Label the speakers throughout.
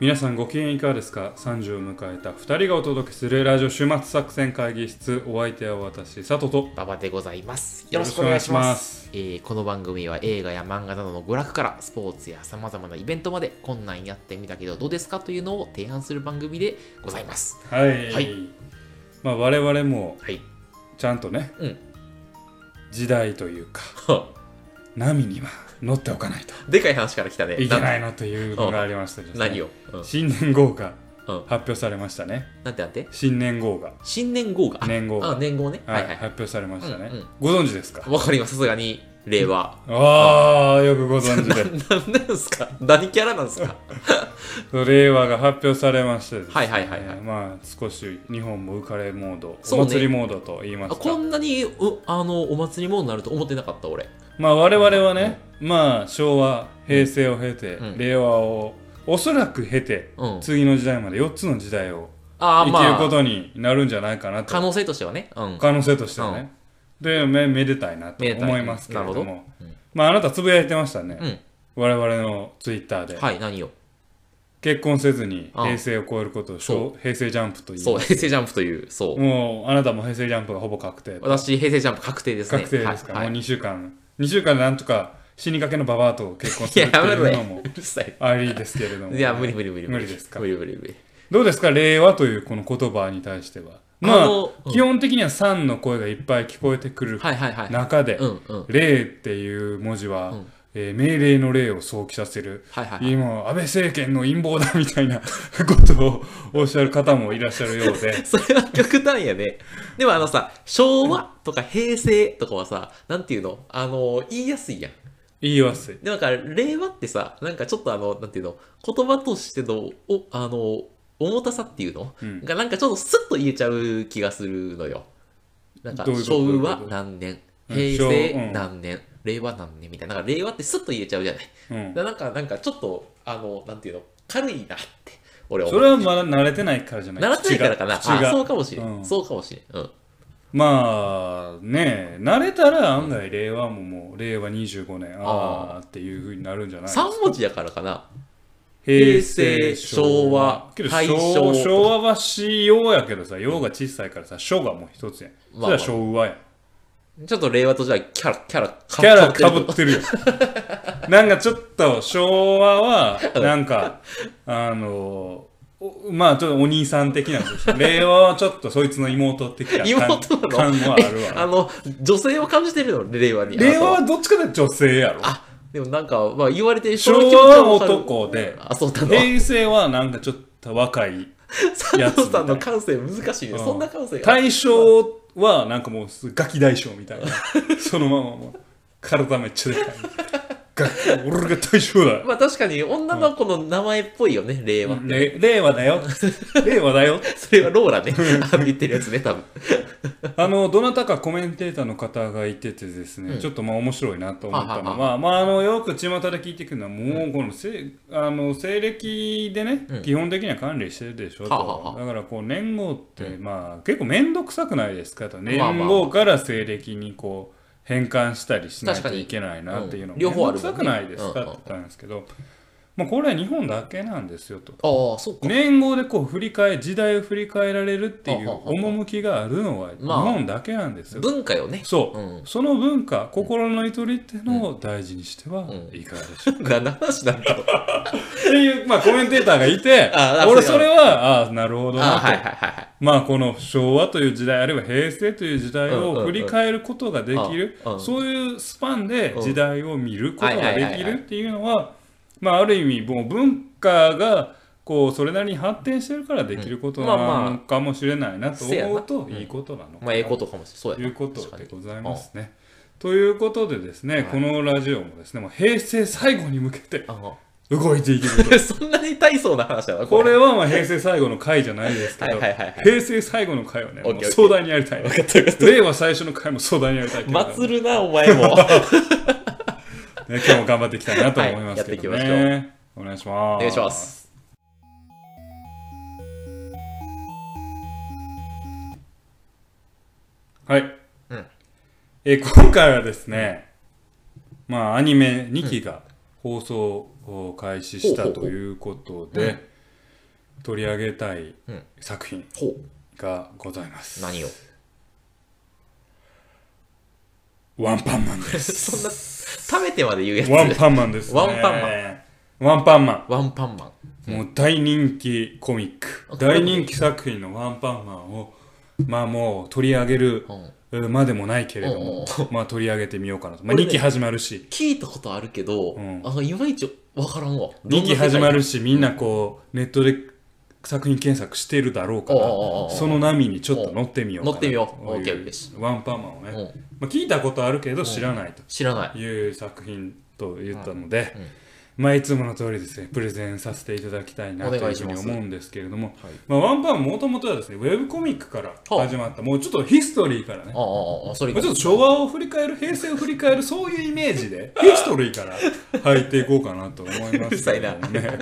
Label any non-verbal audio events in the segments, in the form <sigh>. Speaker 1: 皆さんご機嫌いかがですか ?30 を迎えた2人がお届けするラジオ週末作戦会議室お相手は私佐藤と
Speaker 2: 馬場でございます。
Speaker 1: よろ
Speaker 2: よろ
Speaker 1: し
Speaker 2: し
Speaker 1: く
Speaker 2: く
Speaker 1: お
Speaker 2: お
Speaker 1: 願
Speaker 2: 願
Speaker 1: い
Speaker 2: い
Speaker 1: し
Speaker 2: し
Speaker 1: ま
Speaker 2: ますす。えーこの番組は映画や漫画などの娯楽からスポーツやさまざまなイベントまでこんなんやってみたけどどうですかというのを提案する番組でございます。
Speaker 1: はい、
Speaker 2: はい
Speaker 1: まあ我々も
Speaker 2: はい。
Speaker 1: ちゃんとね、
Speaker 2: うん
Speaker 1: 時代というか波には乗っておかないと
Speaker 2: <laughs> でかい話から来たね。
Speaker 1: いけない
Speaker 2: ん
Speaker 1: なというのがありましたですね
Speaker 2: 何を、うん
Speaker 1: 新年号が
Speaker 2: うん
Speaker 1: 発表されましたね
Speaker 2: なんてなんて
Speaker 1: 新年号が
Speaker 2: 新年号が。
Speaker 1: 年号が
Speaker 2: あ、年号ね。は
Speaker 1: はい
Speaker 2: いはい。
Speaker 1: 発表されましたね、
Speaker 2: うんうん
Speaker 1: ご存知ですか
Speaker 2: わかります。さすがに令和。
Speaker 1: ああよくご存知
Speaker 2: な
Speaker 1: で
Speaker 2: <laughs> なんなんですか何キャラなんですか
Speaker 1: 令和が発表されましてですね
Speaker 2: はいはいはいはい
Speaker 1: まあ少し日本も浮かれモード、
Speaker 2: そう
Speaker 1: お
Speaker 2: ね
Speaker 1: 祭りモードと言いま
Speaker 2: あ
Speaker 1: す
Speaker 2: こ
Speaker 1: か
Speaker 2: んなにうあのお祭りもになると思ってなかった俺。
Speaker 1: まあ我々はね、まあ昭和平成を経て、
Speaker 2: うん
Speaker 1: 令和をおそらく経て、
Speaker 2: うん
Speaker 1: 次の時代まで4つの時代を
Speaker 2: ああ
Speaker 1: 生きる
Speaker 2: ま
Speaker 1: こ
Speaker 2: あ
Speaker 1: とになるんじゃないかなと、
Speaker 2: 可能性としてはね。うん。
Speaker 1: 可能性としてはね、でめめでたいなと
Speaker 2: めでたい
Speaker 1: 思いますけれど
Speaker 2: なる
Speaker 1: も
Speaker 2: どうん
Speaker 1: まああなたつぶやいてましたね、
Speaker 2: うん
Speaker 1: 我々のツイッターで、
Speaker 2: はい、何を
Speaker 1: 結婚せずに
Speaker 2: うん
Speaker 1: 平成を超えることを
Speaker 2: そ
Speaker 1: 平成ジャンプという
Speaker 2: そう、平成ジャンプという、そう。
Speaker 1: もうあなたも平成ジャンプがほぼ確定
Speaker 2: 私、平成ジャンプ確定ですね。
Speaker 1: 確定ですか、
Speaker 2: はいはい
Speaker 1: もう2週間2週間でなんとか死にかけのババアと結婚するって
Speaker 2: いややめろ
Speaker 1: いうの
Speaker 2: よ
Speaker 1: も
Speaker 2: うるさい。
Speaker 1: ありですけれども
Speaker 2: いや、無理無理無理。
Speaker 1: 無理ですか
Speaker 2: 無理無理無理。
Speaker 1: どうですか令和というこの言葉に対してはまあ
Speaker 2: あのうん
Speaker 1: 基本的には3の声がいっぱい聞こえてくる
Speaker 2: はいはいはい。
Speaker 1: 中で
Speaker 2: うんうん。
Speaker 1: 令っていう文字は、
Speaker 2: うん
Speaker 1: えー命令の令を想起させる
Speaker 2: はいはいはい。
Speaker 1: 今安倍政権の陰謀だみたいな <laughs> ことをおっしゃる方もいらっしゃるようで
Speaker 2: それは極端やね。でもあのさ、昭和とか平成とかはさ、なんていうのあの、言いやすいやん。
Speaker 1: 言いやすい
Speaker 2: で、なんか、令和ってさ、なんかちょっとあの、なんていうの言葉としての、お、あの、重たさっていうの、
Speaker 1: うん
Speaker 2: がなんかちょっとスッと言えちゃう気がするのよ。なんか
Speaker 1: どういうことどういう
Speaker 2: 昭
Speaker 1: こと
Speaker 2: 和何年、
Speaker 1: うん
Speaker 2: 平
Speaker 1: 昭和う
Speaker 2: 成
Speaker 1: ん
Speaker 2: 何年、令和何年みたいな。なんか令和ってスッと言えちゃうじゃない。
Speaker 1: うん
Speaker 2: だなんか、なんかちょっと、あの、なんていうの、軽いなって、俺は
Speaker 1: そ
Speaker 2: 思う。
Speaker 1: れはまだ慣れてないからじゃない
Speaker 2: 習ってないからかな。あ
Speaker 1: 口が口が
Speaker 2: そうかもしれん。
Speaker 1: うん
Speaker 2: そうかもしれん。うん。
Speaker 1: まあね慣れたら案外令和ももう令和25年ああっていうふうになるんじゃない
Speaker 2: 3文字やからかな。
Speaker 1: 平
Speaker 2: 平成昭和
Speaker 1: けど
Speaker 2: 大
Speaker 1: 昭
Speaker 2: 正
Speaker 1: 昭和はしようやけどさ「よう」が小さいからさ「昭がもう一つやんそ
Speaker 2: まあ
Speaker 1: れは
Speaker 2: まあ
Speaker 1: 昭和やん
Speaker 2: ちょっと令和とじゃあキャラ、キャラか
Speaker 1: キャラ
Speaker 2: か
Speaker 1: か
Speaker 2: ぶっ
Speaker 1: ぶ
Speaker 2: てる
Speaker 1: って
Speaker 2: <laughs>
Speaker 1: るよなんかちょっと昭和はなんかあのおまあちょっとお兄さん的なんです
Speaker 2: <laughs>
Speaker 1: よ令和はちょっとそいつの妹的な感
Speaker 2: 妹なの
Speaker 1: 感はあるわ
Speaker 2: あの、女性を感じてるの、令和に。
Speaker 1: 令和
Speaker 2: あ
Speaker 1: は
Speaker 2: な
Speaker 1: どっちかというと女性やろ
Speaker 2: たはあ、でもなんか、まあ言われてる
Speaker 1: 昭和
Speaker 2: その気持ち
Speaker 1: は
Speaker 2: わかる
Speaker 1: 男で
Speaker 2: あ、そうなの。
Speaker 1: 平成はなんかちょっと若いや
Speaker 2: 佐
Speaker 1: つみたい
Speaker 2: 藤さんの感性難しいね。そんな感性が。
Speaker 1: 大正はなんかもうガキ大将みたいなそのままもう体めっちゃでかいガキ俺が大将だ
Speaker 2: まあ確かに女の子の名前っぽいよね、令和。
Speaker 1: れ令和だよ <laughs> 令和だよ
Speaker 2: それはローラね。あの言ってるやつね、多分。
Speaker 1: <laughs> あのどなたかコメンテーターの方がいててですね、
Speaker 2: うん
Speaker 1: ちょっとまあ面白いなと思ったのは
Speaker 2: はは
Speaker 1: まああのよく巷で聞いてくるのはもうこのせあの西暦でね、
Speaker 2: うん
Speaker 1: 基本的には管理してるでしょと
Speaker 2: ははは
Speaker 1: だからこう年号って、まあ結構面倒くさくないですかと年
Speaker 2: まあまあ
Speaker 1: 号から西暦にこう変換したりしないと
Speaker 2: 確かに
Speaker 1: いけないなっていうの
Speaker 2: うん両方あるもんね
Speaker 1: 面倒くさくないですかって言ったんですけど、まあ、これは日本だけなんですよと。
Speaker 2: ああ、そっか。
Speaker 1: 年号でこう振り返時代を振り返られるっていう
Speaker 2: はははは
Speaker 1: 趣があるのは日
Speaker 2: まあ
Speaker 1: 本だけなんですよ。
Speaker 2: 文化よね。
Speaker 1: そう、
Speaker 2: うん
Speaker 1: その文化心のゆとりってのを大事にしてはいかがでしょうか、
Speaker 2: 何の話なんだろう。
Speaker 1: っていう、まあ、コメンテーターがいて
Speaker 2: ああ
Speaker 1: 俺
Speaker 2: そ
Speaker 1: そうれはああなるほど
Speaker 2: あ
Speaker 1: なと、
Speaker 2: はいはいはいはい。
Speaker 1: まあこの昭和という時代あるいは平成という時代
Speaker 2: うんうんう
Speaker 1: を
Speaker 2: ん
Speaker 1: 振り返ることができる、
Speaker 2: うんうん
Speaker 1: そういうスパンで時代を見ること
Speaker 2: うん
Speaker 1: が
Speaker 2: はいはい
Speaker 1: で
Speaker 2: は
Speaker 1: き
Speaker 2: いはい
Speaker 1: るっていうのは、まあ、ある意味もう文化がこうそれなりに発展してるからできることな
Speaker 2: うんまあまあ
Speaker 1: のかもしれないなと
Speaker 2: せや
Speaker 1: 思う
Speaker 2: な
Speaker 1: と
Speaker 2: うん
Speaker 1: いいことなのか
Speaker 2: まあ、
Speaker 1: な
Speaker 2: ええことかもしれそうや
Speaker 1: と
Speaker 2: な。
Speaker 1: いうこと
Speaker 2: 確か
Speaker 1: で
Speaker 2: に
Speaker 1: ございますね。ということでですね、このラジオもですねもう平成最後に向けて
Speaker 2: あ <laughs>
Speaker 1: 動いていける
Speaker 2: あそんなに大層な話だな、
Speaker 1: これはまあ平成最後の回じゃないですけど、
Speaker 2: はいはいはいはい
Speaker 1: 平成最後の回はね、
Speaker 2: オッ
Speaker 1: も
Speaker 2: ケ
Speaker 1: う
Speaker 2: ーオッケー
Speaker 1: 壮大にやりたい、ね。令和最初の回も壮大にやりたいけど、ね、
Speaker 2: <laughs> 祭るな、お前
Speaker 1: <laughs>
Speaker 2: も。
Speaker 1: 今日も頑張っていきたいなと思いますけどね。
Speaker 2: はいやって
Speaker 1: お願いします。
Speaker 2: お願いしま。す。
Speaker 1: はい。
Speaker 2: うん
Speaker 1: え今回はですね、まあアニメ2期が放送を開始したということで、
Speaker 2: うん
Speaker 1: 取り上げたい
Speaker 2: うん
Speaker 1: 作品
Speaker 2: ほう
Speaker 1: がございます。
Speaker 2: 何を
Speaker 1: ワンパンマンです。
Speaker 2: そんな食べてまで言うやつ
Speaker 1: ワンパンマンです、ね。
Speaker 2: ワンパンマ
Speaker 1: ン。ワンパンマン。
Speaker 2: ワンパンマン
Speaker 1: もう大人気コミッ
Speaker 2: あ
Speaker 1: ク。大人気作品のワンパンマンを、まあもう取り上げる
Speaker 2: うん
Speaker 1: までもないけれども、
Speaker 2: う
Speaker 1: まあ取り上げてみようかなと。まあ
Speaker 2: これね
Speaker 1: 2期始まるし、
Speaker 2: 聞いたことあるけど、
Speaker 1: うん
Speaker 2: あいまいちわからんわ
Speaker 1: 2期始ま
Speaker 2: る
Speaker 1: るし、みんなこう、ネットで作品検索してるだろうから
Speaker 2: おうおうおうおう、
Speaker 1: その波にちょっと乗ってみようかな
Speaker 2: 乗ってみよう
Speaker 1: こい
Speaker 2: オッケーオッケーです
Speaker 1: ワンパンマンをね、
Speaker 2: うん
Speaker 1: まあ、聞いたことあるけど知らないと。
Speaker 2: 知らない
Speaker 1: いう作品と言ったので、
Speaker 2: うんうん
Speaker 1: まあいつもの通りですねプレゼンさせていただきたいな
Speaker 2: お
Speaker 1: と
Speaker 2: 願
Speaker 1: いう
Speaker 2: い
Speaker 1: ふ
Speaker 2: し
Speaker 1: うに
Speaker 2: ます
Speaker 1: 思うんですけれども、
Speaker 2: はい
Speaker 1: まあ、ワンパンもともとはですねウェブコミックから
Speaker 2: はあ
Speaker 1: 始まったもうちょっとヒストリーからね
Speaker 2: あああああそれ
Speaker 1: まあ、ちょっと
Speaker 2: と
Speaker 1: 昭和を振り返る平成を振り返るそういうイメージでヒストリーから入っていこうかなと思いますけれども
Speaker 2: う
Speaker 1: ね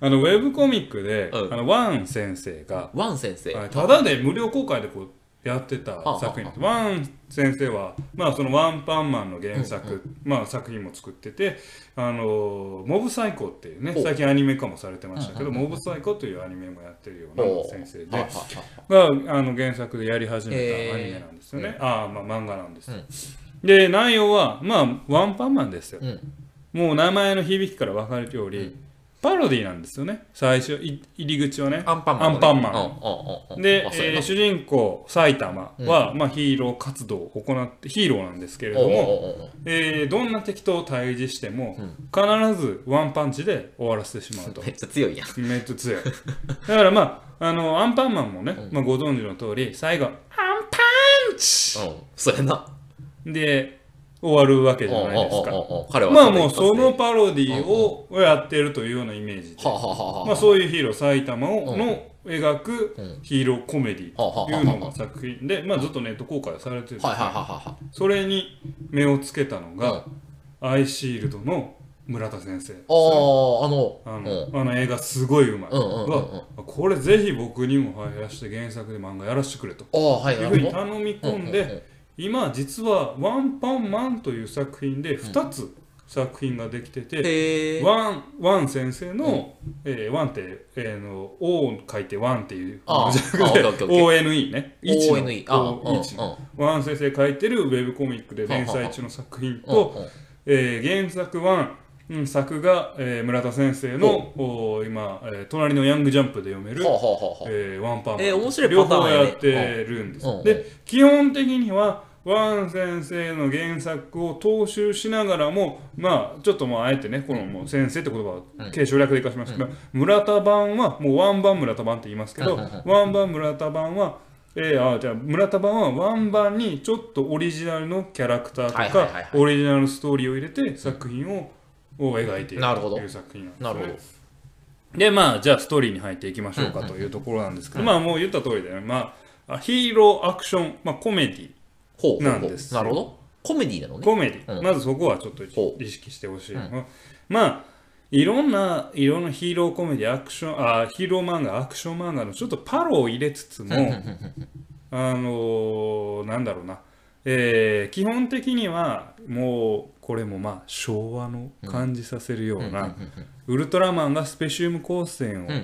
Speaker 1: あのウェブコミックで、
Speaker 2: うん
Speaker 1: あのワン先生が
Speaker 2: ワン先生、
Speaker 1: はい、ただで無料公開でこうやってた
Speaker 2: あ
Speaker 1: 作品ですワン先生は、まあ、そのワンパンマンの原作、まあ、作品も作ってて「あのモブサイコ」っていうね
Speaker 2: ほう
Speaker 1: 最近アニメ化もされてましたけど「
Speaker 2: うんうん
Speaker 1: モブサイコ」というアニメもやってるよう
Speaker 2: ほ
Speaker 1: な
Speaker 2: う
Speaker 1: 先生で
Speaker 2: はは
Speaker 1: が
Speaker 2: は
Speaker 1: あの原作でやり始めたアニメなんですよね、ああまあ漫画なんです、
Speaker 2: うん
Speaker 1: で内容はまあワンパンマンですよ
Speaker 2: うん
Speaker 1: もう名前の響きから分かるより、
Speaker 2: うん
Speaker 1: パロディなんですよね最初い入り口はね
Speaker 2: アンパンマン、ね、
Speaker 1: アンパンマン
Speaker 2: うんうんうんうん
Speaker 1: で、
Speaker 2: あそう
Speaker 1: え
Speaker 2: やな
Speaker 1: ー主人公埼玉は、まあ、ヒーロー活動を行ってヒーローなんですけれども、
Speaker 2: おうおうおうおう
Speaker 1: えーどんな敵と対峙しても、
Speaker 2: うん
Speaker 1: 必ずワンパンチで終わらせてしまう
Speaker 2: <laughs>
Speaker 1: と
Speaker 2: めっちゃ強いやん
Speaker 1: めっちゃ強いだからまああのアンパンマンもね、
Speaker 2: うん
Speaker 1: まあ、ご存知の通り最後「アンパンチ
Speaker 2: うんそうやな」
Speaker 1: で終わるわけじゃないです
Speaker 2: うんうん
Speaker 1: か
Speaker 2: うんうんうん彼は
Speaker 1: まあもう
Speaker 2: れ
Speaker 1: そ
Speaker 2: 一
Speaker 1: の
Speaker 2: 発
Speaker 1: パロディをやってるというようなイメージで
Speaker 2: ではあ、はあはあはあ
Speaker 1: まあ、そういうヒーロー埼玉
Speaker 2: う
Speaker 1: を
Speaker 2: ん
Speaker 1: の描く
Speaker 2: うん
Speaker 1: ヒーローコメディというのが作品で、まあ、ずっとネット公開されてるんです
Speaker 2: はい
Speaker 1: ね
Speaker 2: はいはいは
Speaker 1: それに目をつけたの
Speaker 2: いはい
Speaker 1: が、アイシールドの村田先生
Speaker 2: あああ
Speaker 1: あ
Speaker 2: の
Speaker 1: の,、あの映画すごいうまい、
Speaker 2: うんうんうんうん
Speaker 1: がこれぜひ僕にも入らして原作で漫画やらせてくれと
Speaker 2: ああはい
Speaker 1: いう
Speaker 2: な
Speaker 1: ふう
Speaker 2: る
Speaker 1: に
Speaker 2: ほど
Speaker 1: 頼み込ん
Speaker 2: ううう
Speaker 1: で今実は「ワンパンマン」という作品で2つ作品ができてて、
Speaker 2: へえ
Speaker 1: ワン、ワン先生の、えーワンって、えーの、O を書いてワンっていう、
Speaker 2: ああ
Speaker 1: じゃなく
Speaker 2: あ
Speaker 1: て
Speaker 2: オッケーオッケーオッケ
Speaker 1: ONE ね。一の
Speaker 2: ONE ああうんうん
Speaker 1: O-1 ワン先生書いてるウェブコミックで連載中の作品と、
Speaker 2: うんうん
Speaker 1: えー原作ワン、うん作が、えー村田先生の、お今、えー隣のヤングジャンプで読める
Speaker 2: はあ、はあはあはあ
Speaker 1: えーワンパンマン、
Speaker 2: えー面白い
Speaker 1: 両
Speaker 2: パターン
Speaker 1: 方
Speaker 2: やね
Speaker 1: やってるんです、
Speaker 2: うんうん
Speaker 1: で基本的にはワン先生の原作を踏襲しながらもまあちょっともうあえてねこのもう先生って言葉
Speaker 2: う
Speaker 1: は
Speaker 2: ん
Speaker 1: 継承略で生かしましたが、村田版はもうワン版村田版って言いますけど、
Speaker 2: うんうんう
Speaker 1: ワン版村田版はえー、あーじゃあ村田版はワン版にちょっとオリジナルのキャラクターとか、
Speaker 2: はいはいはいはい
Speaker 1: オリジナルストーリーを入れて作品を,、を描いている
Speaker 2: なるほど
Speaker 1: という作品なんです、ね、
Speaker 2: なるほど
Speaker 1: でまあじゃあストーリーに入っていきましょうかというところなんですけど、まあもう言った通りでね、まあ、ヒーローアクション、まあ、コメディ
Speaker 2: ほうほうほう
Speaker 1: なんですよ
Speaker 2: なるほどコメディなのね
Speaker 1: コメディ、
Speaker 2: うん
Speaker 1: まずそこはちょっと
Speaker 2: ほ
Speaker 1: 意識してほしいのは、まあいろんないろんなヒーローコメディアクションあヒーロー漫画アクション漫画のちょっとパロを入れつつも、あのーなんだろうな、えー基本的にはもうこれもまあ昭和の感じさせるような、ウルトラマンがスペシウム光線を
Speaker 2: うんうんう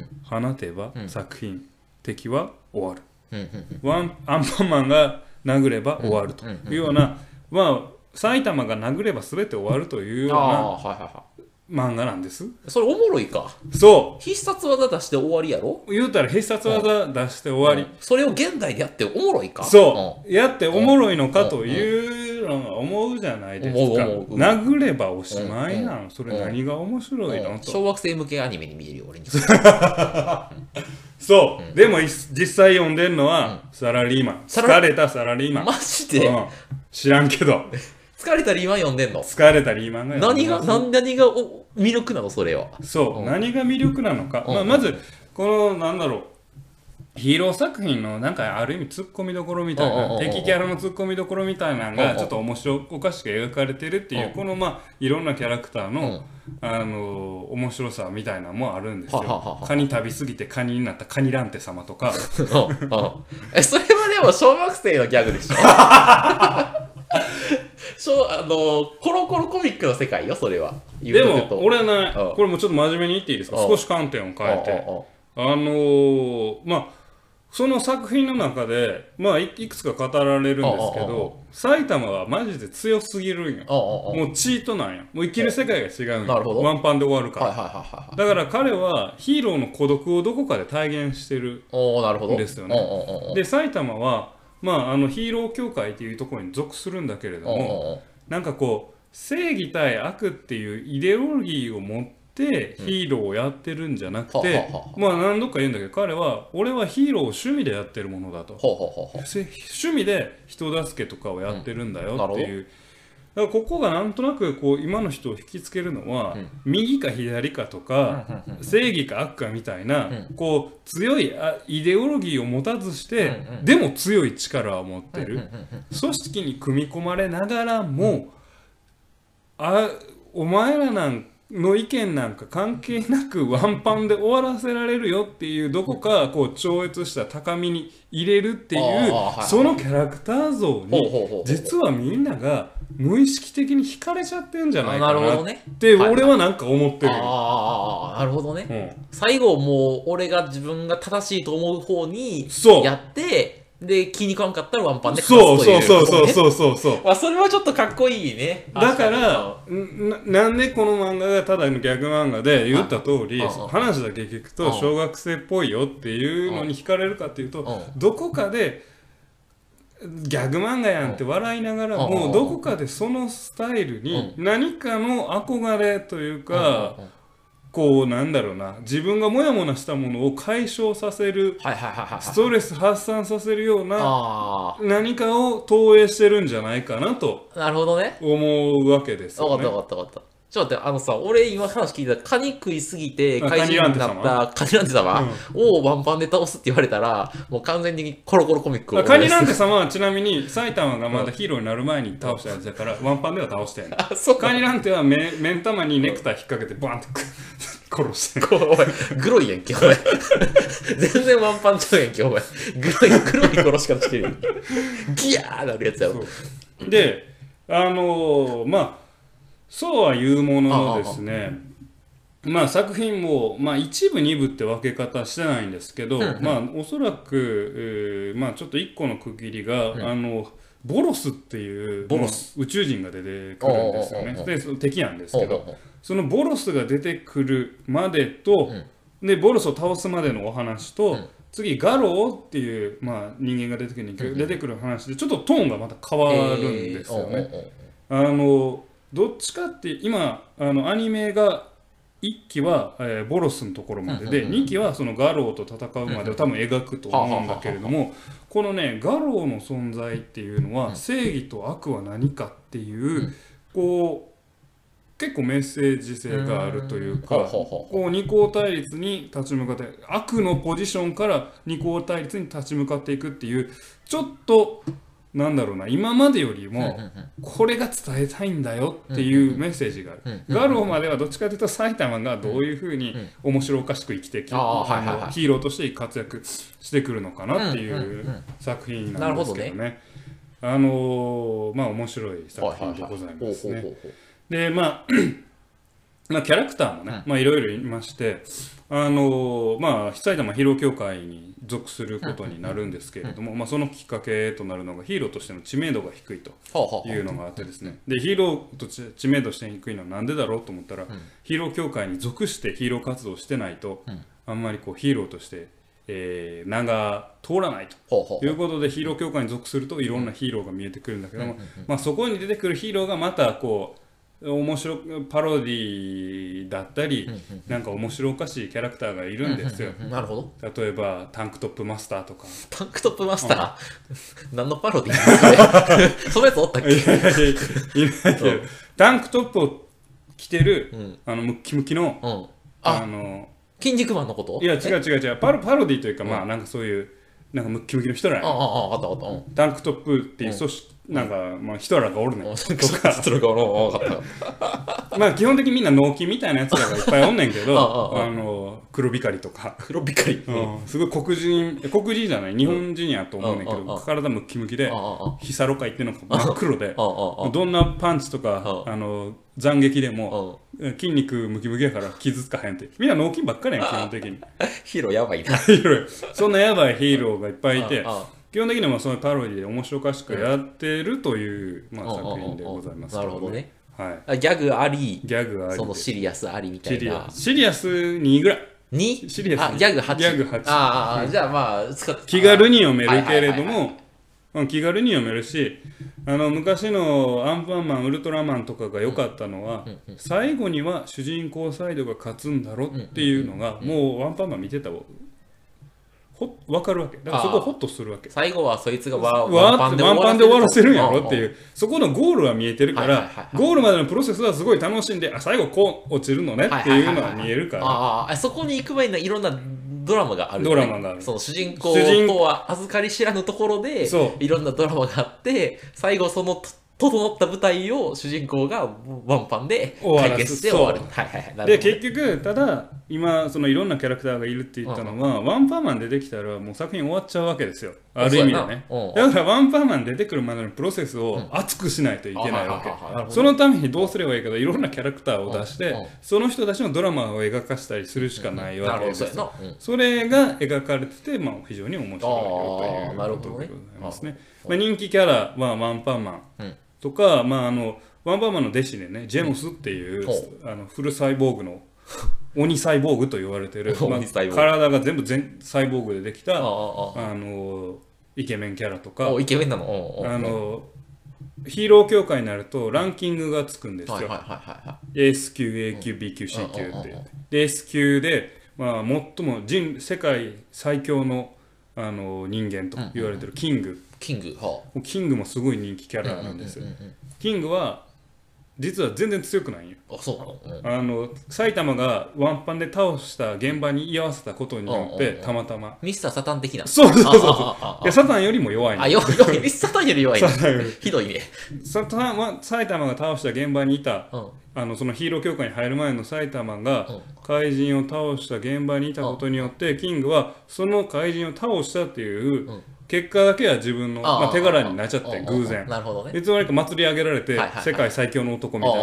Speaker 2: ん
Speaker 1: 放てば
Speaker 2: うん
Speaker 1: 作品敵は終わる、
Speaker 2: うんうんうん
Speaker 1: ワンアンパンマンが殴れば終わると
Speaker 2: うんうん
Speaker 1: いうような、まあ埼玉が殴れば全て終わるというよ
Speaker 2: あ
Speaker 1: う
Speaker 2: あはいはいは
Speaker 1: な漫画なんです
Speaker 2: いそれおもろいか
Speaker 1: そ
Speaker 2: 必殺技出して終わりやろ
Speaker 1: う言うたら必殺技出して終わ
Speaker 2: うんそれを現代でやっておもろいか
Speaker 1: りそうやっておもろいのかというのが思うじゃないですか
Speaker 2: 思う思う
Speaker 1: 殴ればおしまいな
Speaker 2: う
Speaker 1: のそれ何が面
Speaker 2: うん
Speaker 1: 白いの
Speaker 2: うん
Speaker 1: と
Speaker 2: 小学生向けアニメに見えるよ俺に
Speaker 1: そうでもい実際読んでるのはサラリーマン
Speaker 2: サラ
Speaker 1: 疲れたサラリーマン
Speaker 2: マジで
Speaker 1: うん知らんけど
Speaker 2: 疲れたリーマン読んでんの
Speaker 1: 疲れたリーマンが
Speaker 2: 何が何何がお魅力なのそれは
Speaker 1: そう、
Speaker 2: うん
Speaker 1: 何が魅力なのか、
Speaker 2: うん
Speaker 1: まあ、まずこのなんだろうヒーロー作品のなんかある意味ツッコミどころみたい
Speaker 2: うんうんうん
Speaker 1: な
Speaker 2: うん
Speaker 1: 敵キャラのツッコミどころみたいなの
Speaker 2: うんう
Speaker 1: が
Speaker 2: ん
Speaker 1: ちょっと面白おかしく描かれてるっていううんこのまあいろんなキャラクター
Speaker 2: う
Speaker 1: の
Speaker 2: ん
Speaker 1: あのー面白さみたいなのもあるんです
Speaker 2: ははは
Speaker 1: よ
Speaker 2: は。
Speaker 1: カニ旅すぎてカニになったカニランテ様とか
Speaker 2: うんうんえそれはでも小学生のギャグでしょしょあのコロコロコミックの世界よそれは
Speaker 1: でも俺ね
Speaker 2: う
Speaker 1: こ
Speaker 2: ん
Speaker 1: れもうちょっと真面目に言っていいですか
Speaker 2: うん
Speaker 1: 少し観点を変えてあのーまあその作品の中でまあいいくつか語られるんですけ
Speaker 2: うんうんうんうん
Speaker 1: ど埼玉はマジで強すぎるんよ
Speaker 2: あああ
Speaker 1: もうチートなんやもう生きる世界が違うん
Speaker 2: なるほ
Speaker 1: よ
Speaker 2: ど
Speaker 1: ワンパンで終わる
Speaker 2: はいはい
Speaker 1: か
Speaker 2: はい
Speaker 1: ら
Speaker 2: はいはい
Speaker 1: だから彼はヒーローの孤独をどこかで体現してる
Speaker 2: おおなるほど
Speaker 1: ですよね
Speaker 2: おうおうおう
Speaker 1: で埼玉はまああのヒーロー協会っていうところに属するんだけれど
Speaker 2: おう
Speaker 1: も
Speaker 2: おうおう
Speaker 1: なんかこう正義対悪っていうイデオロギーを持ってヒーローをやってるんじゃなく
Speaker 2: は
Speaker 1: て
Speaker 2: あはあは、
Speaker 1: まあ何度か言うんだけど彼は俺はヒーローを趣味でやってるものだと
Speaker 2: ほうほうほうほう
Speaker 1: せ趣味で人助けとかをやってるんだ
Speaker 2: うんな
Speaker 1: よっ
Speaker 2: るほ
Speaker 1: て
Speaker 2: ど
Speaker 1: いう。だからここがなんとなくこう今の人を引きつけるのは
Speaker 2: うん
Speaker 1: 右か左かとか正義か悪かみたいな
Speaker 2: う
Speaker 1: こう強いあイデオロギーを持たずして
Speaker 2: うんうん
Speaker 1: でも強い力を持って
Speaker 2: うんう
Speaker 1: る
Speaker 2: んうん
Speaker 1: 組織に組み込まれながらも、あお前らなんの意見なんか関係なくワンパンで終わらせられるよっていうどこかこう超越した高みに入れるってい
Speaker 2: あ
Speaker 1: う
Speaker 2: あはい
Speaker 1: そのキャラクター像
Speaker 2: ほうほう
Speaker 1: に
Speaker 2: ほうほう
Speaker 1: 実はみんなが無意識的に惹かれちゃってるんじゃないか
Speaker 2: あなる
Speaker 1: な
Speaker 2: ほど
Speaker 1: っ
Speaker 2: ね
Speaker 1: て
Speaker 2: はい
Speaker 1: 俺はなんか思ってる
Speaker 2: ああ
Speaker 1: よ。
Speaker 2: ああああなるほどね
Speaker 1: うん
Speaker 2: 最後もう俺が自分が正しいと思う方に
Speaker 1: そう
Speaker 2: やってで気に食わんかったらワンパンで勝
Speaker 1: そう
Speaker 2: つとい
Speaker 1: そううそうそう
Speaker 2: う
Speaker 1: そうそうそう
Speaker 2: まあそれはちょっとかっこいいね
Speaker 1: だか
Speaker 2: うん
Speaker 1: らななんでこの漫画がただの逆漫画で言った通り
Speaker 2: うんうん
Speaker 1: 話だけ聞くと
Speaker 2: うん
Speaker 1: 小学生っぽいよっていうのに惹かれるかっていうと
Speaker 2: う
Speaker 1: どこかでギャグ漫画やんって笑いながら
Speaker 2: うんうん
Speaker 1: もどこかでそのスタイルに何かの憧れというか
Speaker 2: うんうんうん
Speaker 1: こうなんだろうな自分がモヤモヤしたものを解消させる
Speaker 2: はいはいはいはい
Speaker 1: ストレス発散させるような
Speaker 2: あ
Speaker 1: 何かを投影してるんじゃないかなと
Speaker 2: あなるほどね
Speaker 1: 思うわけです
Speaker 2: わ
Speaker 1: よ
Speaker 2: かっ
Speaker 1: ね
Speaker 2: た。わかったわかった。ちょっと待って、あのさ、俺今話聞いたら、カニ食いすぎて、
Speaker 1: あ
Speaker 2: 怪人になったカニランテ様をワンパンで倒すって言われたら、もう完全にコロコロコミックを思
Speaker 1: カ
Speaker 2: い出
Speaker 1: ニ
Speaker 2: す。
Speaker 1: ランテ様はちなみに埼玉がまだヒーローになる前に倒したやつだからワンパンでは倒してんの
Speaker 2: あ、そう
Speaker 1: <laughs> カ
Speaker 2: か。
Speaker 1: ニランテは目目ん玉にネクタイ引っ掛けてバンってく殺してる
Speaker 2: こうお前、グロいやんけ、お前。全然ワンパンちゃうやんけ、お前。グロい、グロい殺し方してるやんけ。ギヤーなるやつやろ。
Speaker 1: そうであのーまあそうは言うもののですねまあ作品も、まあ、一部二部って分け方してないんですけど、
Speaker 2: うんうん
Speaker 1: まあおそらく、えーまあちょっと一個の区切りが、あのボロスっていう
Speaker 2: ボロス
Speaker 1: まあ宇宙人が出てくるんですよ
Speaker 2: おうおうおう
Speaker 1: ね
Speaker 2: おう
Speaker 1: でその敵なんです
Speaker 2: お
Speaker 1: け
Speaker 2: うお
Speaker 1: ど
Speaker 2: うおう
Speaker 1: そのボロスが出てくるまでと、でボロスを倒すまでのお話と、
Speaker 2: うん
Speaker 1: 次ガローっていう、まあ、人間が出てくる人間出てくる話でちょっとトーンがまた変わるんですよね。
Speaker 2: えーおうおう
Speaker 1: あのどっちかって今あのアニメが1期は、えーボロスのところまでで
Speaker 2: うんうん
Speaker 1: 2期はそのガローと戦うまでを多分描くと思うんだけれどもこのねガローの存在っていうのは正義と悪は何かっていうこう結構メッセージ性があるというか
Speaker 2: うんほうほうほう
Speaker 1: こう二項対立に立ち向かって悪のポジションから二項対立に立ち向かっていくっていうちょっとなんだろうな今までより
Speaker 2: おう
Speaker 1: も
Speaker 2: うんうんうん
Speaker 1: これが伝えたいんだよっていうメッセージがある、
Speaker 2: うんうん
Speaker 1: ガローまではどっちかというと埼玉がどういうふうに
Speaker 2: うん
Speaker 1: 面白おかしく生きてきて、
Speaker 2: ああはいはいはい
Speaker 1: ヒーローとして活躍してくるのかなってい
Speaker 2: んうん
Speaker 1: う
Speaker 2: う
Speaker 1: ん作品なんですけどね。
Speaker 2: なるほ
Speaker 1: あのーまあ面白い作品でございます
Speaker 2: はいはいはい
Speaker 1: ね
Speaker 2: ほ。うほうほう
Speaker 1: でまあ <clears throat> まあキャラクターもね、まあいろいろいましてあのーまあ埼玉ヒーロー協会に属することになるんですけれども、まあ、そのきっかけとなるのがヒーローとしての知名度が低いと
Speaker 2: ほうほうほう
Speaker 1: いうのがあってですねでヒーローと知知名度して低いのはなんでだろうと思ったら、ヒーロー協会に属してヒーロー活動してないと、
Speaker 2: うん
Speaker 1: あんまりこうヒーローとして、えー名が通らないと
Speaker 2: ほうほうほ
Speaker 1: と
Speaker 2: う
Speaker 1: いうことでヒーロー協会に属するといろんなヒーローが見えてくるんだけども、まあ、そこに出てくるヒーローがまたこう面白くパロディだったり、なんか面白おかしいキャラクターがいるんですよ。
Speaker 2: なるほど。
Speaker 1: 例えばタンクトップマスターとか
Speaker 2: タンクトップマスター、何のパロディーそれそのやつおったっ
Speaker 1: いやい
Speaker 2: け
Speaker 1: やいやいないけどタンクトップを着てる、
Speaker 2: うん。
Speaker 1: あのムッキムキの
Speaker 2: うん。
Speaker 1: あ
Speaker 2: あ、
Speaker 1: の
Speaker 2: 筋肉マンのこと
Speaker 1: いや違う
Speaker 2: う。
Speaker 1: 違う違うパロパロディというか、まあなんかそういうなんかムッキムキの人ら
Speaker 2: ああ、
Speaker 1: や
Speaker 2: ああ、あったあった。うん。
Speaker 1: タンクトップっていう組織、なんかまあ人らがおるねん
Speaker 2: うんちょっとちょっとなんか、うんわかった。
Speaker 1: まあ基本的にみんな納期みたいなやつらがいっぱいおんねんけど
Speaker 2: <laughs> あああ
Speaker 1: あの黒光りとか、
Speaker 2: 黒びっかり。
Speaker 1: うん、すごい黒人黒人じゃない日本人やと思うねんけど、
Speaker 2: うんあああ
Speaker 1: 体ムッキムキ
Speaker 2: あ
Speaker 1: で
Speaker 2: あああ
Speaker 1: ヒサロカ行ってんのか真っ黒で
Speaker 2: あああ
Speaker 1: どんなパンチとか
Speaker 2: あ
Speaker 1: あの斬撃でも
Speaker 2: あ
Speaker 1: 筋肉ムキムキやから傷つかへんってみんな脳筋ばっかりやん基本的に <laughs>
Speaker 2: ヒーローやばいな。
Speaker 1: ヒーローそんなやばいヒーローがいっぱいいて
Speaker 2: ああ
Speaker 1: 基本的にはそのパロディで面白おかしくやってるという、まあ、
Speaker 2: うんうんうん
Speaker 1: 作品でございます、
Speaker 2: なるほどね。
Speaker 1: はい
Speaker 2: あギャグあり、
Speaker 1: ギャグありで
Speaker 2: そのシリアスありみた
Speaker 1: シ
Speaker 2: い
Speaker 1: リ
Speaker 2: な
Speaker 1: ア。スシリアス2ぐらい
Speaker 2: に
Speaker 1: シリアス
Speaker 2: あ、ギャグ8。
Speaker 1: ギャグ八
Speaker 2: あああ、じゃあまあ、使って
Speaker 1: 気軽に読めるけれど
Speaker 2: はいはいはいは
Speaker 1: もうん気軽に読めるしあの昔のアンパンマンウルトラマンとかが良かったのは、最後には主人公サイドが勝つんだろっていうのが、もうアンパンマン見てたわほ分かるわけだからそこ
Speaker 2: あー
Speaker 1: ホッとするわけ
Speaker 2: 最後はそいつがワ。
Speaker 1: わーってワンパンで終わらせるんやろっていううそこのゴールは見えてるか
Speaker 2: はいはい
Speaker 1: ら
Speaker 2: はいはい
Speaker 1: ゴールまでのプロセスはすごい楽しんであ最後こう落ちるのねっていうのは見えるから
Speaker 2: ああ、そこに行く前にいろんなドラマがあるよね。
Speaker 1: ドラマがある
Speaker 2: その主人公
Speaker 1: 主人
Speaker 2: とは預かり知らぬところで
Speaker 1: そ、
Speaker 2: いろんなドラマがあって、最後そのと整った舞台を主人公がワンパンで
Speaker 1: 終わらす
Speaker 2: 解決して終わる。はいはいはいな
Speaker 1: で
Speaker 2: るほどね。
Speaker 1: 結局ただ今そのいろんなキャラクターがいるって言ったのは、ワンパンマン出てきたらもう作品終わっちゃうわけですよある意味でね
Speaker 2: そうやなうん
Speaker 1: だからワンパンマン出てくるまでのプロセスを熱くしないといけないわけ、
Speaker 2: あはははなるほど
Speaker 1: そのためにどうすればいいかといろんなキャラクターを出して、
Speaker 2: うんうん
Speaker 1: その人たちのドラマを描かしたりするしかない
Speaker 2: な
Speaker 1: わけ
Speaker 2: るほ
Speaker 1: で
Speaker 2: ど、
Speaker 1: す
Speaker 2: そう
Speaker 1: よ
Speaker 2: やな。うん
Speaker 1: それが描かれてて、まあ、非常に面白いよという
Speaker 2: あーな
Speaker 1: こ
Speaker 2: るほ
Speaker 1: と
Speaker 2: ど
Speaker 1: で
Speaker 2: ね
Speaker 1: ございますね。まあ、人気キャラはワンパンマ
Speaker 2: うん
Speaker 1: ンとか、まあ、あのワンパンマンの弟子でねジェームスっていう、
Speaker 2: ほ
Speaker 1: あのフルサイボー
Speaker 2: <laughs>
Speaker 1: グの鬼サイボーグと言われてる、まあ
Speaker 2: 鬼サイボーグ
Speaker 1: 体が全部全サイボーグでできた
Speaker 2: あ
Speaker 1: あ
Speaker 2: あ
Speaker 1: のイケメンキャラと
Speaker 2: ああ、
Speaker 1: か
Speaker 2: おイケメンなの。おうおう
Speaker 1: あのヒーロー協会になるとランキングがつくんですよ。
Speaker 2: はいはいはいはいはい。
Speaker 1: S 級、A 級、B 級、C 級
Speaker 2: うん
Speaker 1: っ
Speaker 2: うんうん
Speaker 1: て
Speaker 2: う。
Speaker 1: で、S 級で、まあ、最も人世界最強のあの人間と言われてるキング。
Speaker 2: キング、はあ。
Speaker 1: キングもすごい人気キャラなんですよ。キングは、実は全然強くないんよ。
Speaker 2: あ、そうなの、うん
Speaker 1: あの埼玉がワンパンで倒した現場に居合わせたことによっ
Speaker 2: うん
Speaker 1: て
Speaker 2: うんうん
Speaker 1: たまたま
Speaker 2: ミスターサタン的な。
Speaker 1: そうそうそうそう
Speaker 2: あああああ
Speaker 1: いやサタンよりも弱い
Speaker 2: あ
Speaker 1: の
Speaker 2: あ、弱い、弱い。ミスターサタンより弱いね。
Speaker 1: サタンより
Speaker 2: ひどいね。
Speaker 1: サタンは埼玉が倒した現場にいた
Speaker 2: うん。
Speaker 1: あのそのヒーロー協会に入る前の埼玉が
Speaker 2: うん
Speaker 1: 怪人を倒した現場にいたことによってキングはその怪人を倒したっていう
Speaker 2: うん
Speaker 1: 結果だけは自分の
Speaker 2: ああ
Speaker 1: まあ手柄になっちゃって
Speaker 2: うん
Speaker 1: 偶
Speaker 2: う
Speaker 1: 然
Speaker 2: んなるほどね。
Speaker 1: いつの間にか祭り上げられて
Speaker 2: はいはいはい
Speaker 1: 世界最強の男みたい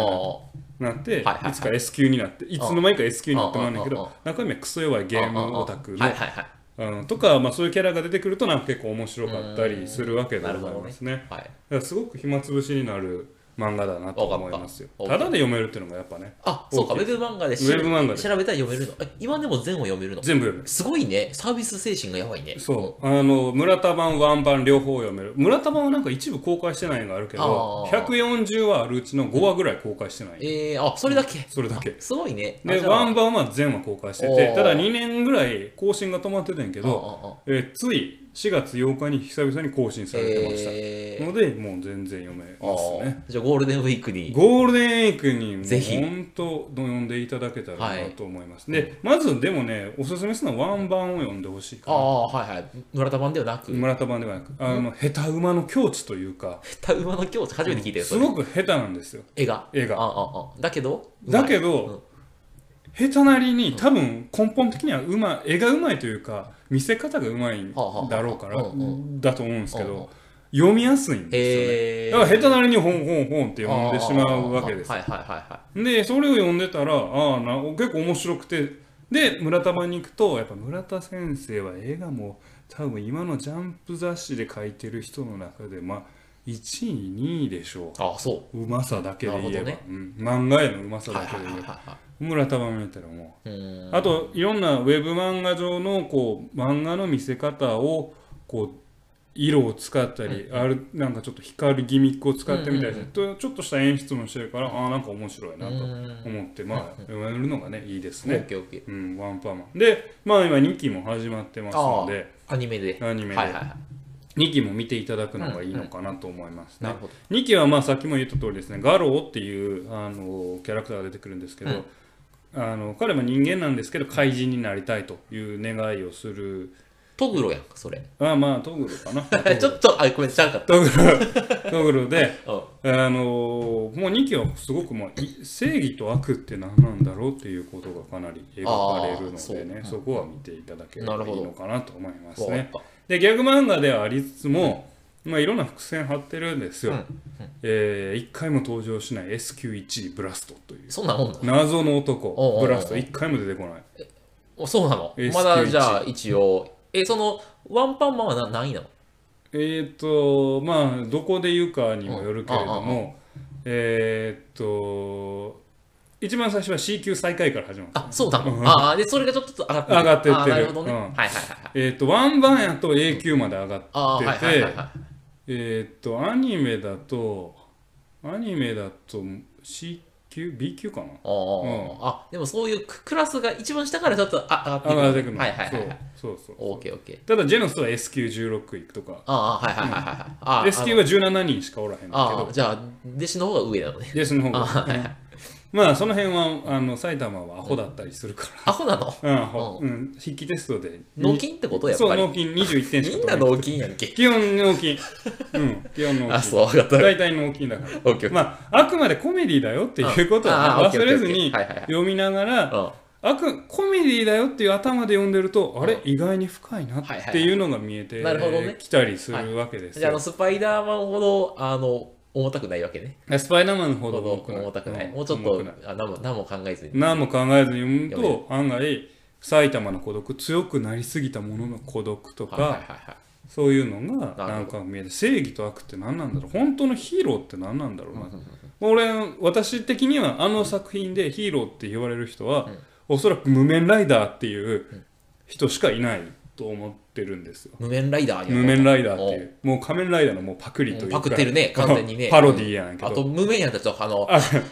Speaker 1: になってい
Speaker 2: はいはい
Speaker 1: つか S 級になっていつの間にか S 級になってもらうんだけ
Speaker 2: うんうん
Speaker 1: ど
Speaker 2: うん
Speaker 1: 中身はクソ弱いゲームオタク
Speaker 2: うん
Speaker 1: の
Speaker 2: はいはいはい。
Speaker 1: うんとかまあそういうキャラが出てくるとなんか結構面白かったりするわけでございますね。だ
Speaker 2: はい。
Speaker 1: からすごく暇つぶしになる漫画だなと思いますよ
Speaker 2: わ。かった
Speaker 1: ただで読めるっていうのがやっぱね、
Speaker 2: あ、そうか、ウ
Speaker 1: 大
Speaker 2: ェ
Speaker 1: き
Speaker 2: ブ漫画で
Speaker 1: ウェブ漫画で
Speaker 2: 調べたら読めるの。え今でも全を読めるの
Speaker 1: 全部読める。
Speaker 2: すごいね。サービス精神がやばいね。
Speaker 1: そう、あの村田版、ワン版両方読める。村田版はなんか一部公開してないのがあるけど
Speaker 2: あ、ー
Speaker 1: 140話あるうちの5話ぐらい公開してない。
Speaker 2: えー、あ、それだけ。
Speaker 1: それだけ。
Speaker 2: すごいね。あ
Speaker 1: で、
Speaker 2: じゃあ
Speaker 1: ワン版は全話公開して
Speaker 2: お
Speaker 1: て
Speaker 2: ー、
Speaker 1: ただ2年ぐらい更新が止まってたんやけど、
Speaker 2: あああ
Speaker 1: えーつい4月8日に久々に更新されてました。
Speaker 2: えー
Speaker 1: ので、もう全然読めますね。
Speaker 2: あじゃあゴールデンウィークに。
Speaker 1: ゴールデンウィークにも
Speaker 2: ぜひ
Speaker 1: 本当読んでいただけたらなと思います、でまずでもねおすすめするのはワン版を読んでほしいか
Speaker 2: あ
Speaker 1: な
Speaker 2: あ、はいはい。村田版ではなく、
Speaker 1: 村田版ではなくあの下手馬の境地というか
Speaker 2: た馬の境地初めて聞いたよ、
Speaker 1: す
Speaker 2: それ。
Speaker 1: ごく下手なんですよ
Speaker 2: 絵が。
Speaker 1: 絵が
Speaker 2: ああああだけど、
Speaker 1: だけ
Speaker 2: ど、
Speaker 1: ど、下手なりに多分根本的にはうまい絵がうまいというか見せ方がうまいんだろうから
Speaker 2: はあはあはあうんう
Speaker 1: だと思うんですけ
Speaker 2: うんうん
Speaker 1: ど読みやすいんですよね
Speaker 2: えー、
Speaker 1: だから下手なりにホンホンホンって読んでしまうわけですよ
Speaker 2: はいはいはいは
Speaker 1: でそれを読んでたらああな結構面白くてで村田版に行くとやっぱ村田先生は映画も多分今のジャンプ雑誌で描いてる人の中でまあ1位2位でしょ
Speaker 2: い。ああ、そう
Speaker 1: ううまさだけで言えば、
Speaker 2: なる
Speaker 1: うん、漫画へのうま。さ
Speaker 2: は
Speaker 1: だ
Speaker 2: い
Speaker 1: け
Speaker 2: は
Speaker 1: で
Speaker 2: い
Speaker 1: 言
Speaker 2: は
Speaker 1: え
Speaker 2: い
Speaker 1: ば、
Speaker 2: は
Speaker 1: 村田版見たらも
Speaker 2: い。うー。
Speaker 1: うんあといろんなウェブ漫画上のこう漫画の見せ方をこう色を使ったり、あるなんかちょっと光るギミックを使ってみたりして、とちょっとした演出もしてるからああなんか面白いなと
Speaker 2: うん
Speaker 1: 思って、まあ、読めるのがね、いいです
Speaker 2: オッ
Speaker 1: ね。
Speaker 2: ケーオッケー。
Speaker 1: うん、ワンパンマン。で、まあ今2期も始まってますので、
Speaker 2: アニメで。
Speaker 1: アニメで
Speaker 2: はいはいはい。
Speaker 1: 2期も見ていただくのがいいのかなと思います
Speaker 2: な
Speaker 1: ね
Speaker 2: る。ほど。
Speaker 1: 2期はまあさっきも言った通りですね、ガローっていうあのキャラクターが出てくるんですけど、あの彼は人間なんですけど怪人になりたいという願いをする
Speaker 2: トグロやんか、それ。
Speaker 1: あまあトグルかな
Speaker 2: <laughs> ちょっと、あ、ごめん、ちゃうかった。
Speaker 1: トグルところで、
Speaker 2: うん
Speaker 1: あのーもう2期はすごく、まあ、い正義と悪って何なんだろうっていうことがかなり描かれるのでね
Speaker 2: あーそ
Speaker 1: そ
Speaker 2: う
Speaker 1: こは見ていただければ
Speaker 2: なるほ
Speaker 1: い
Speaker 2: ど
Speaker 1: いのかなと思います
Speaker 2: わ
Speaker 1: ね。
Speaker 2: かっ
Speaker 1: でギャグ漫画ではありつつも、まあ、いろんな伏線張ってるんです
Speaker 2: た
Speaker 1: よ。
Speaker 2: うん
Speaker 1: えー一回も登場しない SQ1 ブラストという
Speaker 2: そんなもんなの
Speaker 1: 謎の
Speaker 2: おうおうお
Speaker 1: 男
Speaker 2: う
Speaker 1: ブラスト一回も出てこない
Speaker 2: おそうなの
Speaker 1: SQ1
Speaker 2: まだじゃあ一応えそのワンパンマンはな何位なの
Speaker 1: えっ、とまあどこで言うかにもよるけれど
Speaker 2: うんうん
Speaker 1: もえっ、と一番最初は C 級最下位から始まる
Speaker 2: あそうなの、
Speaker 1: うん
Speaker 2: ああでそれがちょっと上がって
Speaker 1: 上がってってる
Speaker 2: あーなるほどね、
Speaker 1: うん
Speaker 2: はいはいはいはい
Speaker 1: えっ、とワンバンやと A 級まで上が
Speaker 2: あーはい
Speaker 1: っ
Speaker 2: はい
Speaker 1: て
Speaker 2: はい
Speaker 1: て
Speaker 2: はい
Speaker 1: えっ、とアニメだとアニメだと C 級 B 級かな
Speaker 2: あー、あでもそういうククラスが一番下からちょっとあ上
Speaker 1: 上
Speaker 2: が
Speaker 1: が
Speaker 2: っ
Speaker 1: ってて
Speaker 2: い
Speaker 1: く
Speaker 2: く
Speaker 1: の、
Speaker 2: はいはいはいはい
Speaker 1: そうそうそう
Speaker 2: オーケーオーケー
Speaker 1: ただジェノスは S 級16位とか
Speaker 2: ああはいはいはいはいはいあ
Speaker 1: S 級は17人しかおらへんけ
Speaker 2: ああ
Speaker 1: ど
Speaker 2: じゃあ弟子の方が上なのね
Speaker 1: S の方
Speaker 2: あ
Speaker 1: がうんまあその辺はあの埼玉はアホだったりするか
Speaker 2: アホなの
Speaker 1: ら、うんアホうん、筆記テストで
Speaker 2: 納金ってことやっ
Speaker 1: そう
Speaker 2: ぱり
Speaker 1: 納金21点しか
Speaker 2: み
Speaker 1: 取
Speaker 2: んな
Speaker 1: れない
Speaker 2: 納金やんけ
Speaker 1: 基本納
Speaker 2: <laughs>
Speaker 1: 金、うん、基本納金
Speaker 2: あそう分かった
Speaker 1: 大体納金だか
Speaker 2: オッケ
Speaker 1: ら
Speaker 2: ーオッケ
Speaker 1: <laughs>
Speaker 2: ー
Speaker 1: まああくまでコメディだよっていうことをね
Speaker 2: ああ
Speaker 1: 忘れず
Speaker 2: オッケーオッケーオッケ
Speaker 1: に
Speaker 2: ーはいはいはい
Speaker 1: 読みながら
Speaker 2: うん
Speaker 1: あくコメディだよっていう頭で読んでるとあ
Speaker 2: う
Speaker 1: れ
Speaker 2: ん
Speaker 1: 意外に深いなっていうのが見えて
Speaker 2: はいはいはいなるほどね
Speaker 1: きたりするわけです
Speaker 2: じゃああの
Speaker 1: よ
Speaker 2: スパイダーマンほどあの重たくないわけね
Speaker 1: スパイダーマンほ
Speaker 2: ほ
Speaker 1: ど
Speaker 2: ど
Speaker 1: 重くない
Speaker 2: 重たくない
Speaker 1: ん
Speaker 2: もうちょっ
Speaker 1: 重
Speaker 2: と
Speaker 1: くない
Speaker 2: あ何も何も考えずに
Speaker 1: 何も考えずに読
Speaker 2: 読め
Speaker 1: むと案外埼玉の孤独強くなりすぎたものの孤独とか、
Speaker 2: はいはいはいはい
Speaker 1: そういうのが
Speaker 2: ど
Speaker 1: なんか見えて正義と悪って何なんだろう本当のヒーローって何なんだろうな、俺私的にはあの作品でヒーローって言われる人は、おそらく無面ライダーっていう人しかいないと思ってるんですよ、
Speaker 2: 無面ライダーに
Speaker 1: 無面ライダーっていうもう仮面ライダーのもうパクリというか
Speaker 2: パクってるね完全にね
Speaker 1: パロディーやねんけ
Speaker 2: あ
Speaker 1: ど
Speaker 2: と無面やったらちょっとあの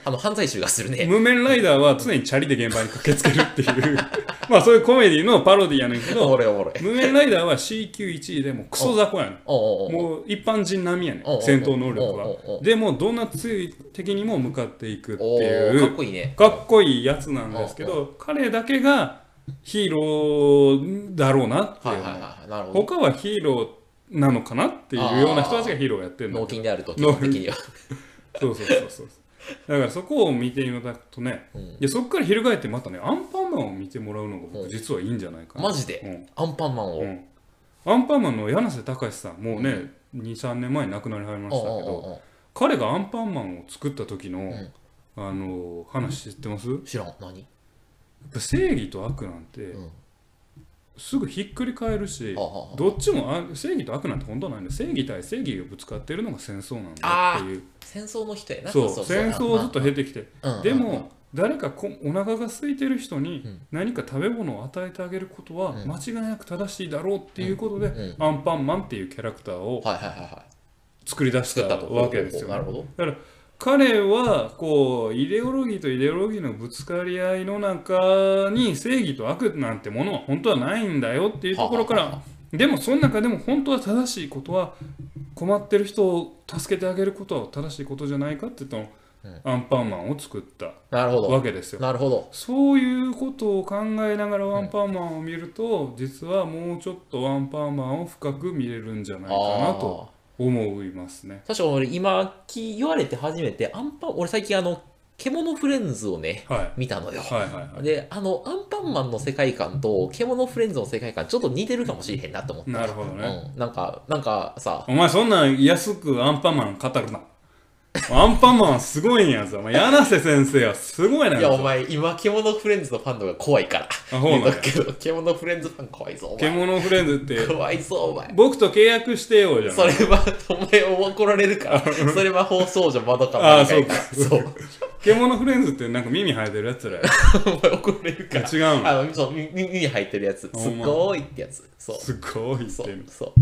Speaker 2: あの犯罪集がするね
Speaker 1: 無面ライダーは常にチャリで現場に駆けつけるっていう <laughs> まあそういうコメディのパロディやねんけ <laughs>
Speaker 2: おも
Speaker 1: ど
Speaker 2: ろいおもろい
Speaker 1: 無面ライダーは C 級1位でもうクソ雑魚やねん
Speaker 2: おうおうおう
Speaker 1: もう一般人並みやねん
Speaker 2: おうおう
Speaker 1: 戦闘能力
Speaker 2: おうおうお
Speaker 1: は
Speaker 2: う
Speaker 1: でもうどんな強い敵にも向かっていくって
Speaker 2: おー
Speaker 1: い
Speaker 2: かっ
Speaker 1: う
Speaker 2: こいいね
Speaker 1: かっこいいやつなんですけど彼だけがヒーローだろうなってい
Speaker 2: は
Speaker 1: う
Speaker 2: いは
Speaker 1: の
Speaker 2: いはいなるほど
Speaker 1: 他はヒーローなのかなっていうような人たちがヒーローやってるの
Speaker 2: 納金であると基本的
Speaker 1: <laughs>
Speaker 2: には
Speaker 1: そうそうそうそう。だからそこを見ていただくとね、
Speaker 2: うん
Speaker 1: でそこから翻ってまたね、アンパンマンを見てもらうのが僕実はいいんじゃないかな。
Speaker 2: マジでアンパンマン
Speaker 1: う
Speaker 2: を
Speaker 1: ん、うんアンパンマンの柳瀬隆さん、もうね、2、3年前に亡くなりはりましたけ
Speaker 2: おうお
Speaker 1: ど、
Speaker 2: うおう
Speaker 1: 彼がアンパンマンを作った時の、
Speaker 2: ん
Speaker 1: あの話知ってますやっ
Speaker 2: 知らん何
Speaker 1: ぱ正義と悪なんて、
Speaker 2: うん
Speaker 1: すぐひっくり返るし、
Speaker 2: はあはあ
Speaker 1: どっちもあ正義と悪なんて本当はないんだよ正義対正義がぶつかってるのが戦争なんだっていう
Speaker 2: 戦争の人やな
Speaker 1: そう戦争をずっと経てきて
Speaker 2: うんうん
Speaker 1: でも誰かこお腹が空いてる人に
Speaker 2: うん
Speaker 1: 何か食べ物を与えてあげることは
Speaker 2: うん
Speaker 1: 間違いなく正しいだろうっていうこと
Speaker 2: うん
Speaker 1: でアンパンマンっていうキャラクターを
Speaker 2: はいはいはいはい
Speaker 1: 作り出し
Speaker 2: 作ったたと
Speaker 1: わけですよ
Speaker 2: な
Speaker 1: ね
Speaker 2: る。ほど
Speaker 1: だから彼はこうイデオロギーとイデオロギーのぶつかり合いの中に正義と悪なんてものは本当はないんだよっていうところか
Speaker 2: はあは
Speaker 1: らでもその中でも本当は正しいことは困ってる人を助けてあげることは正しいことじゃないかって言ったの、アンパンマンを作った
Speaker 2: なるほ
Speaker 1: わ
Speaker 2: ど
Speaker 1: けですよ。
Speaker 2: なるほど
Speaker 1: そういうことを考えながらワンパンマンを見ると、実はもうちょっとワンパンマンを深く見れるんじゃないかなと
Speaker 2: あ
Speaker 1: 思いますね。
Speaker 2: ー確か俺今き言われて初めてアンパン俺最近あの獣フレンズをね
Speaker 1: はい
Speaker 2: 見たのよ
Speaker 1: はいはいは
Speaker 2: であのアンパンマンの世界観と獣フレンズの世界観ちょっと似てるかもしれへんなと思っ
Speaker 1: い。
Speaker 2: た
Speaker 1: なるほどね。
Speaker 2: うん、なんかなんかさ
Speaker 1: お前そんなん安くアンパンマン語るな。アンパンマンはすごいんやぞ。お前柳瀬先生はすごいないん
Speaker 2: や
Speaker 1: や
Speaker 2: お
Speaker 1: ぞ。
Speaker 2: 前今獣フレンズのファンの方が怖いか
Speaker 1: あ
Speaker 2: ら
Speaker 1: そうなんや
Speaker 2: 言うとくけど獣フレンズファン怖いぞお前
Speaker 1: 獣フレンズって、
Speaker 2: 怖いぞお前
Speaker 1: 僕と契約してよじゃん。
Speaker 2: <laughs> それはお前怒られるから
Speaker 1: <laughs>
Speaker 2: それは放送じゃまだか
Speaker 1: あーそうか
Speaker 2: そう
Speaker 1: 獣フレンズってなんか耳生えてるやつらや。
Speaker 2: お前怒られるから
Speaker 1: 違うの。
Speaker 2: あのそう耳に入ってるやつす
Speaker 1: ほんま
Speaker 2: ごいってやつそう
Speaker 1: すごいって
Speaker 2: そ
Speaker 1: る
Speaker 2: う。そ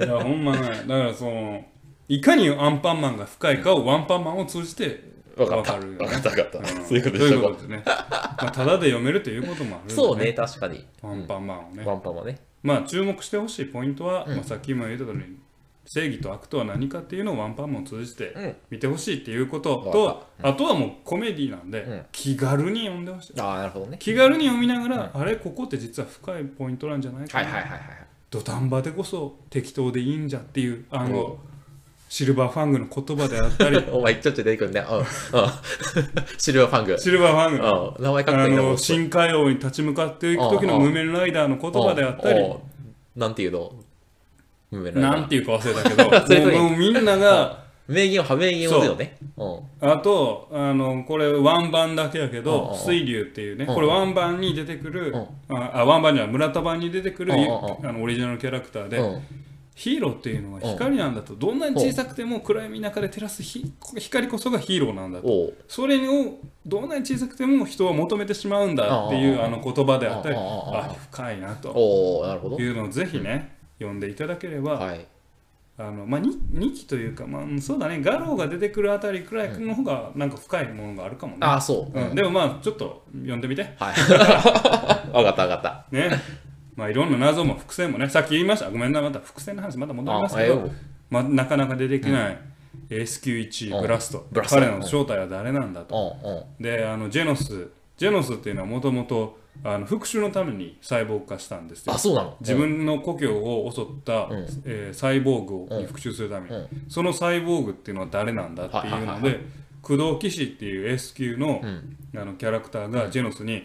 Speaker 2: う
Speaker 1: いやほんまねだからそのいかにアンパンマンが深いかをワンパンマンを通じて
Speaker 2: 分かった
Speaker 1: わ
Speaker 2: 分
Speaker 1: よね
Speaker 2: かった分かっ
Speaker 1: う
Speaker 2: た
Speaker 1: ん
Speaker 2: そういうことでし
Speaker 1: そ
Speaker 2: ょ
Speaker 1: ういうことですね、まあ、ただで読めるということもあるんで
Speaker 2: そうね確かに
Speaker 1: ワンパンマンをね
Speaker 2: ワンパンはね
Speaker 1: まあ注目してほしいポイントは、
Speaker 2: うん
Speaker 1: まあ、さっきも言った通り正義と悪とは何かっていうのをワンパンマンを通じ
Speaker 2: うん
Speaker 1: て見てほしいっていうこと
Speaker 2: わかった
Speaker 1: と、あとはもうコメディなんで、
Speaker 2: うん
Speaker 1: 気軽に読んでほしい
Speaker 2: ああなるほどね
Speaker 1: 気軽に読みながら、あれここって実は深いポイントなんじゃないか
Speaker 2: はい
Speaker 1: な
Speaker 2: はいはいはい
Speaker 1: 土壇場でこそ適当でいいんじゃっていうあの、シルバーファングの言葉であった
Speaker 2: <laughs>
Speaker 1: り
Speaker 2: <laughs> お前ちょっと出てくるね。うん。うん。 <laughs> シルバーファング。
Speaker 1: シルバーファング
Speaker 2: うん。名前かっこ
Speaker 1: あ
Speaker 2: いいなも
Speaker 1: の
Speaker 2: う
Speaker 1: 深海王に立ち向かっていく時
Speaker 2: あ
Speaker 1: の
Speaker 2: あ
Speaker 1: 無面ライダーの言葉であった
Speaker 2: うん
Speaker 1: り
Speaker 2: うんなんていうの無名な
Speaker 1: なんていうか忘れた
Speaker 2: それ
Speaker 1: け
Speaker 2: と
Speaker 1: ど
Speaker 2: いい
Speaker 1: もうもうみんなが
Speaker 2: 名言を、名言を言うのね。うん。
Speaker 1: あとあのこれワンバンだけやけ
Speaker 2: ああ
Speaker 1: ど水流っていうね
Speaker 2: ああ
Speaker 1: これワンバンに出てくる
Speaker 2: あ
Speaker 1: ああワンバンじゃない村田版に出てくる
Speaker 2: ああ
Speaker 1: あ
Speaker 2: あ
Speaker 1: のオリジナルキャラクターで
Speaker 2: うん
Speaker 1: ヒーローっていうのは光なんだとどんなに小さくても暗闇の中で照らすひ光こそがヒーローなんだと
Speaker 2: おう
Speaker 1: それをどんなに小さくても人は求めてしまうんだっていう
Speaker 2: ああ
Speaker 1: あの言葉であったり
Speaker 2: ああああ
Speaker 1: あ深いなと
Speaker 2: おうなるほど
Speaker 1: い。うのをぜひね読んでいただければ
Speaker 2: はい。
Speaker 1: あの、まあ、2, 期というか、まあうん、そうだねガローが出てくるあたりくらいの方がなんか深いものがあるかもね、
Speaker 2: ああ、そう。
Speaker 1: うんでもまあちょっと読んでみて
Speaker 2: はい。 <laughs> わかったわかった。
Speaker 1: ね <laughs> まあいろんな謎も伏線もねさっき言いましたごめんなまた伏線の話また戻りますけど
Speaker 2: あええ
Speaker 1: まあ、なかなか出てきない SQ1
Speaker 2: うん
Speaker 1: ブラスト
Speaker 2: ブラスト
Speaker 1: 彼の正体は誰なんだと
Speaker 2: うんうん。
Speaker 1: であのジェノスジェノスっていうのはもともと復讐のためにサイボーグ化したんですよ
Speaker 2: あ、そうなの
Speaker 1: 自分の故郷を襲った、
Speaker 2: うん
Speaker 1: えーサイボーグをに復讐するために、
Speaker 2: うん
Speaker 1: そのサイボーグっていうのは誰なんだっていうので、
Speaker 2: はいはいはいは
Speaker 1: 工藤騎士っていう S 級の,、
Speaker 2: うん
Speaker 1: あのキャラクターがジェノスに、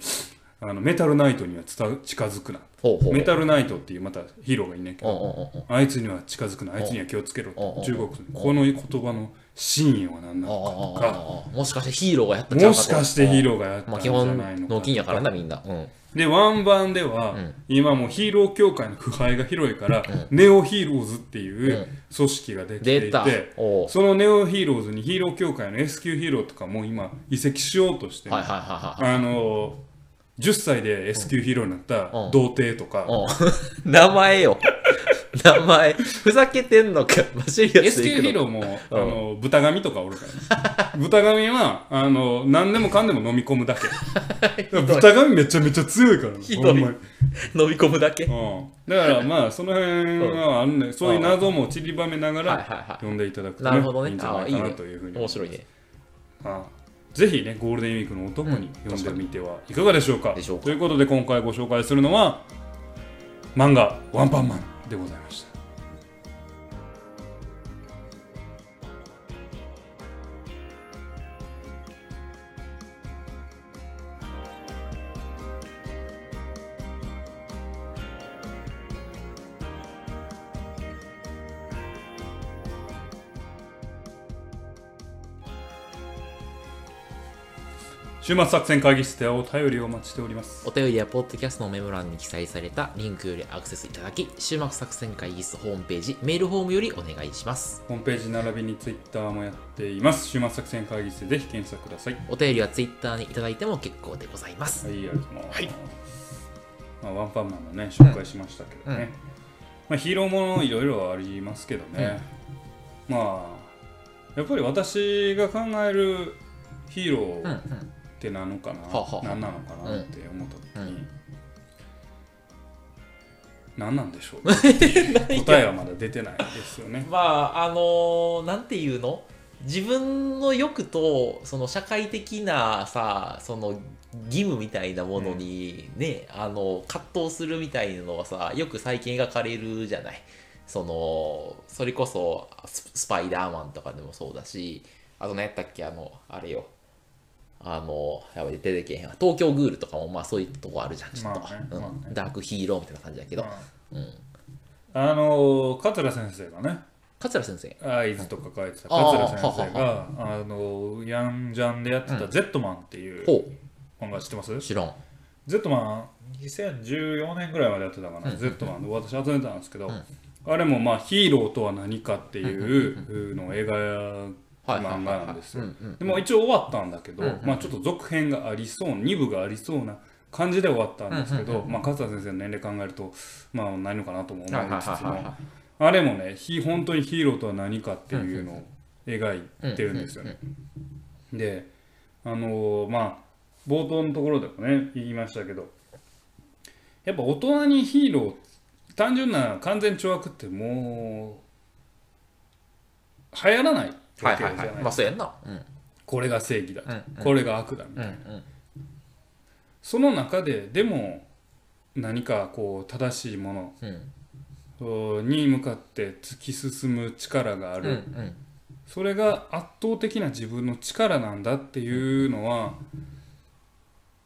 Speaker 1: あのメタルナイトにはつた近づくな
Speaker 2: ほうほう。
Speaker 1: メタルナイトっていうまたヒーローがいんねんけ
Speaker 2: うん
Speaker 1: ど、
Speaker 2: うんうんうん。
Speaker 1: あいつには近づくなあいつには気をつけろ
Speaker 2: うんう
Speaker 1: と
Speaker 2: ん
Speaker 1: 中国この言葉の真意は何な
Speaker 2: ああ
Speaker 1: の
Speaker 2: ああ
Speaker 1: か
Speaker 2: ああもしかしてヒーローがやった
Speaker 1: と
Speaker 2: んちゃ
Speaker 1: か
Speaker 2: う
Speaker 1: も
Speaker 2: と
Speaker 1: しかしてヒーローがやった
Speaker 2: まあ
Speaker 1: ん
Speaker 2: 基
Speaker 1: じ
Speaker 2: 本
Speaker 1: ゃないの
Speaker 2: 納
Speaker 1: か
Speaker 2: 金やから
Speaker 1: と
Speaker 2: なみんなうん
Speaker 1: でワンバンでは、
Speaker 2: うん
Speaker 1: 今もうヒーロー協会の腐敗が広いから、ネオヒーローズっていうう組織ができて
Speaker 2: 出
Speaker 1: いて、
Speaker 2: たおう
Speaker 1: そのネオヒーローズにヒーロー協会の S 級ヒーローとかも今移籍しようとしてる、
Speaker 2: はいはいはいはい
Speaker 1: あのー、10歳で S 級ヒーローになった
Speaker 2: うん
Speaker 1: 童貞とか、
Speaker 2: おう <laughs> 名前よ名前ふざけてんのかマシリアス
Speaker 1: S 級ヒーローも、あのー豚髪とかおるから、ね、豚髪はあのー何でもかんでも飲み込む
Speaker 2: <laughs>
Speaker 1: だけ豚髪めちゃめちゃ強いからね
Speaker 2: ひどい
Speaker 1: ほんまに
Speaker 2: <laughs> 飲み込むだけはい
Speaker 1: うんだからまあその辺はあるね、そういう謎も散りばめなが
Speaker 2: はい
Speaker 1: ら
Speaker 2: は
Speaker 1: 読んでいただくと、
Speaker 2: なるほどね
Speaker 1: いいんじゃない
Speaker 2: あ
Speaker 1: か
Speaker 2: いい
Speaker 1: な
Speaker 2: ね
Speaker 1: というふう
Speaker 2: い
Speaker 1: に
Speaker 2: 面白いね
Speaker 1: あぜひねゴールデンウィークの男に読んでみてはいかがでしょうか,、
Speaker 2: でしょうか
Speaker 1: ということで今回ご紹介するのは漫画「ワンパンマン」でございました。週末作戦会議室ではお便りをお待ちしております。
Speaker 2: お便りやポッドキャストのメモ欄に記載されたリンクよりアクセスいただき週末作戦会議室ホームページメールフォームよりお願いします
Speaker 1: ホームページ並びにツイッターもやっています。週末作戦会議室でぜひ検索ください。
Speaker 2: お便りはツイッターにいただいても結構でございます
Speaker 1: はい、ありがとうございます。まあ、ワンパンマンのね、紹介しましたけどね。
Speaker 2: うんうん
Speaker 1: まあ、ヒーローものいろいろありますけどね。まあ、やっぱり私が考えるヒーロ
Speaker 2: うんう
Speaker 1: ーっ
Speaker 2: ん
Speaker 1: てなのかな、
Speaker 2: ははは
Speaker 1: 何なのかなって思った時
Speaker 2: う
Speaker 1: に、何なんでしょ
Speaker 2: <laughs>
Speaker 1: う答えはまだ出てないですよね。
Speaker 2: まああのーなんていうの自分の欲とその社会的なさその義務みたいなものにね、あの葛藤するみたいなのはさよく最近描かれるじゃないそのそれこそススパイダーマンとかでもそうだしあと何やったっけあのあれよあのやばい出てけへんわ東京グールとかもまあそういうとこあるじゃんちょっと、
Speaker 1: まあねまあね
Speaker 2: うんダークヒーローみたいな感じだけど、うん、
Speaker 1: あの、桂先生がね、
Speaker 2: 桂先生
Speaker 1: 合図とか書いてた
Speaker 2: あー
Speaker 1: 桂先生があのヤンジャンでやってた「Z マン」っていう
Speaker 2: ほ
Speaker 1: 漫画知ってます、
Speaker 2: う知らん
Speaker 1: ?Z マン2014年ぐらいまでやってたかな、Z マンで私集めたんですけど、あれもまあヒーローとは何かっていうのを描く漫画なんですよ
Speaker 2: はいはいはいはいうんうん
Speaker 1: でも一応終わったんだけど、
Speaker 2: うんうん
Speaker 1: まあ、ちょっと続編がありそう2部がありそうな感じで終わったんですけど、まあ、桂先生の年齢考えるとまあないのかなとも思いつつも。あれもね、ひ本当にヒーローとは何かっていうのを描いてるんですよね。で、あのーまあ、冒頭のところでもね、言いましたけど、やっぱ大人にヒーロー、単純な完全懲悪ってもう、流行らないわけじゃ
Speaker 2: は
Speaker 1: ない
Speaker 2: いはいはい。まあそうやんな。うん。
Speaker 1: これが正義だと、
Speaker 2: うんうん
Speaker 1: これが悪だみたいな
Speaker 2: うんうん。
Speaker 1: その中で、でも、何かこう、正しいもの、
Speaker 2: うん
Speaker 1: に向かって突き進む力があ
Speaker 2: うんう
Speaker 1: る、
Speaker 2: ん
Speaker 1: それが圧倒的な自分の力なんだっていうのは、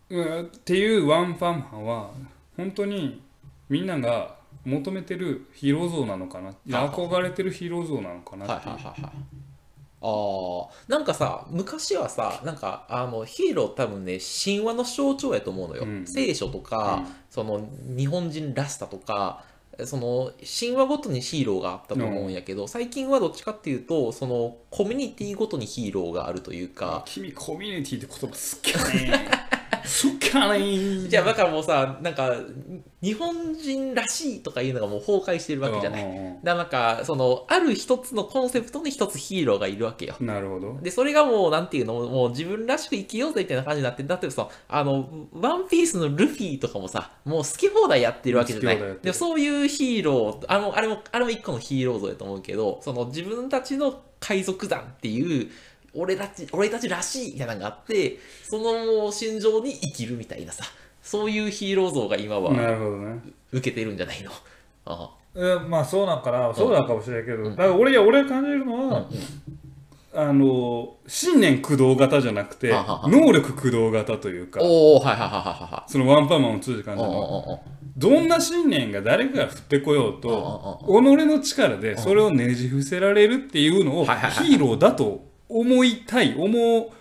Speaker 1: うん、っていうワンファン派は本当にみんなが求めてるヒーロー像なのかな
Speaker 2: あ
Speaker 1: 憧れてるヒーロー像なのかな
Speaker 2: はい
Speaker 1: っ
Speaker 2: はい
Speaker 1: ていう
Speaker 2: はいはいあーなんかさ昔はさなんかあのヒーロー多分ね神話の象徴やと思うのよ、
Speaker 1: うん
Speaker 2: 聖書とか、その日本人らしさとかその神話ごとにヒーローがあったと思うんやけど、最近はどっちかっていうとそのコミュニティごとにヒーローがあるというか、
Speaker 1: 君コミュニティって言葉すっきゃね <laughs> すっきゃね
Speaker 2: じゃあだからもうさなんか日本人らしいとかいうのがもう崩壊してるわけじゃない、
Speaker 1: うんうん
Speaker 2: だからなんかそのある一つのコンセプトに一つヒーローがいるわけよ、
Speaker 1: うんなるほど
Speaker 2: で、それがもう、なんていうの、もう自分らしく生きようぜみたいな感じになって、だってさ、あの、ワンピースのルフィとかもさ、もう好き放題やってるわけじゃない。
Speaker 1: 好き放題やってる
Speaker 2: でもそういうヒーロー、あの、あれも、あれも一個のヒーロー像やと思うけど、その自分たちの海賊団っていう、俺たち、俺たちらしいみたいなのがあって、その心情に生きるみたいなさ、そういうヒーロー像が今は
Speaker 1: なるほどね
Speaker 2: 受けてるんじゃないの。あ
Speaker 1: えまあそうなんかなそうなんかもしれないけど、
Speaker 2: うん
Speaker 1: だから俺いや俺が感じるのは、あの信念駆動型じゃなくて
Speaker 2: ははは
Speaker 1: 能力駆動型というか
Speaker 2: あおー、はいはいはいはいはいはい。
Speaker 1: そのワンパンマンを通じて感
Speaker 2: お
Speaker 1: じ
Speaker 2: ー
Speaker 1: るのは
Speaker 2: おーおー
Speaker 1: どんな信念が誰かが振ってこようと己
Speaker 2: う
Speaker 1: の力でそれをねじ伏せられるっていうのをヒ
Speaker 2: はいはいはい
Speaker 1: ーローだと思いたい思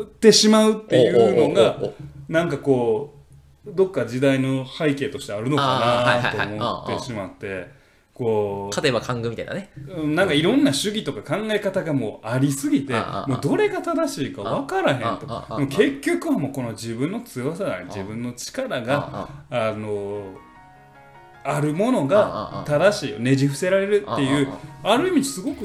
Speaker 1: ってしまうっていうの
Speaker 2: おーおーおー
Speaker 1: が
Speaker 2: おー
Speaker 1: なんかこうどっか時代の背景としてあるのかなと思ってしまってこ
Speaker 2: 勝てば勘ぐみたいなね。
Speaker 1: ううんなんかいろんな主義とか考え方がもうありすぎて
Speaker 2: ああ
Speaker 1: もうどれが正しいか分からへんと
Speaker 2: ああああ
Speaker 1: もう結局はもうこの自分の強さだ自分の力が
Speaker 2: あ
Speaker 1: あのあるもの
Speaker 2: ああ
Speaker 1: が
Speaker 2: あ
Speaker 1: 正しいねじ伏せられるっていう
Speaker 2: あ
Speaker 1: ある意味すごく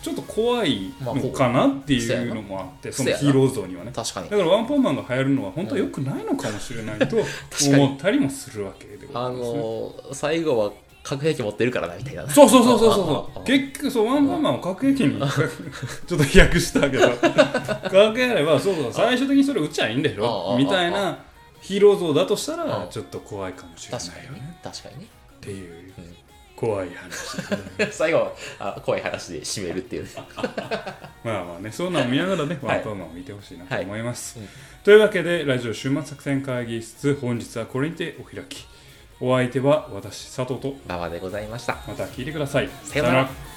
Speaker 1: ちょっと怖いのかなっていうのもあってそ
Speaker 2: そう
Speaker 1: の
Speaker 2: やな
Speaker 1: ヒーロー像にはね。
Speaker 2: 確かに
Speaker 1: だからワンパンマンが流行るのは本当は良くないのかもしれ
Speaker 2: <laughs>
Speaker 1: ないと
Speaker 2: かに
Speaker 1: 思ったりもするわけでござ
Speaker 2: あ
Speaker 1: いますね。
Speaker 2: のー最後は核兵器持ってるからなみたいな
Speaker 1: そうそうそうそうそう
Speaker 2: あ
Speaker 1: そ
Speaker 2: あ
Speaker 1: う結局そうワンパンマンを核兵器にちょっと飛躍したけど <laughs> 核兵器あればそうそう最終的にそれ打っちゃいいんでし
Speaker 2: あああ
Speaker 1: ょ
Speaker 2: あ
Speaker 1: みたいなヒーロー像だとした
Speaker 2: あ
Speaker 1: ら
Speaker 2: あ
Speaker 1: ちょっと怖いかもしれな
Speaker 2: 確か
Speaker 1: い
Speaker 2: に
Speaker 1: よね
Speaker 2: ね確かにね
Speaker 1: っていう
Speaker 2: うん
Speaker 1: 怖い話でござい
Speaker 2: <laughs>
Speaker 1: ます
Speaker 2: 最後あ怖い話で締めるっていう
Speaker 1: まあまあねそんなの見ながらね
Speaker 2: は
Speaker 1: ワ
Speaker 2: い
Speaker 1: ンパンマンを見てほしいなと思います、
Speaker 2: はいうん
Speaker 1: というわけでラジオ終末作戦会議室本日はこれにてお開きお相手は私佐藤と
Speaker 2: 馬場でございました
Speaker 1: また聞いてください。
Speaker 2: さようなら。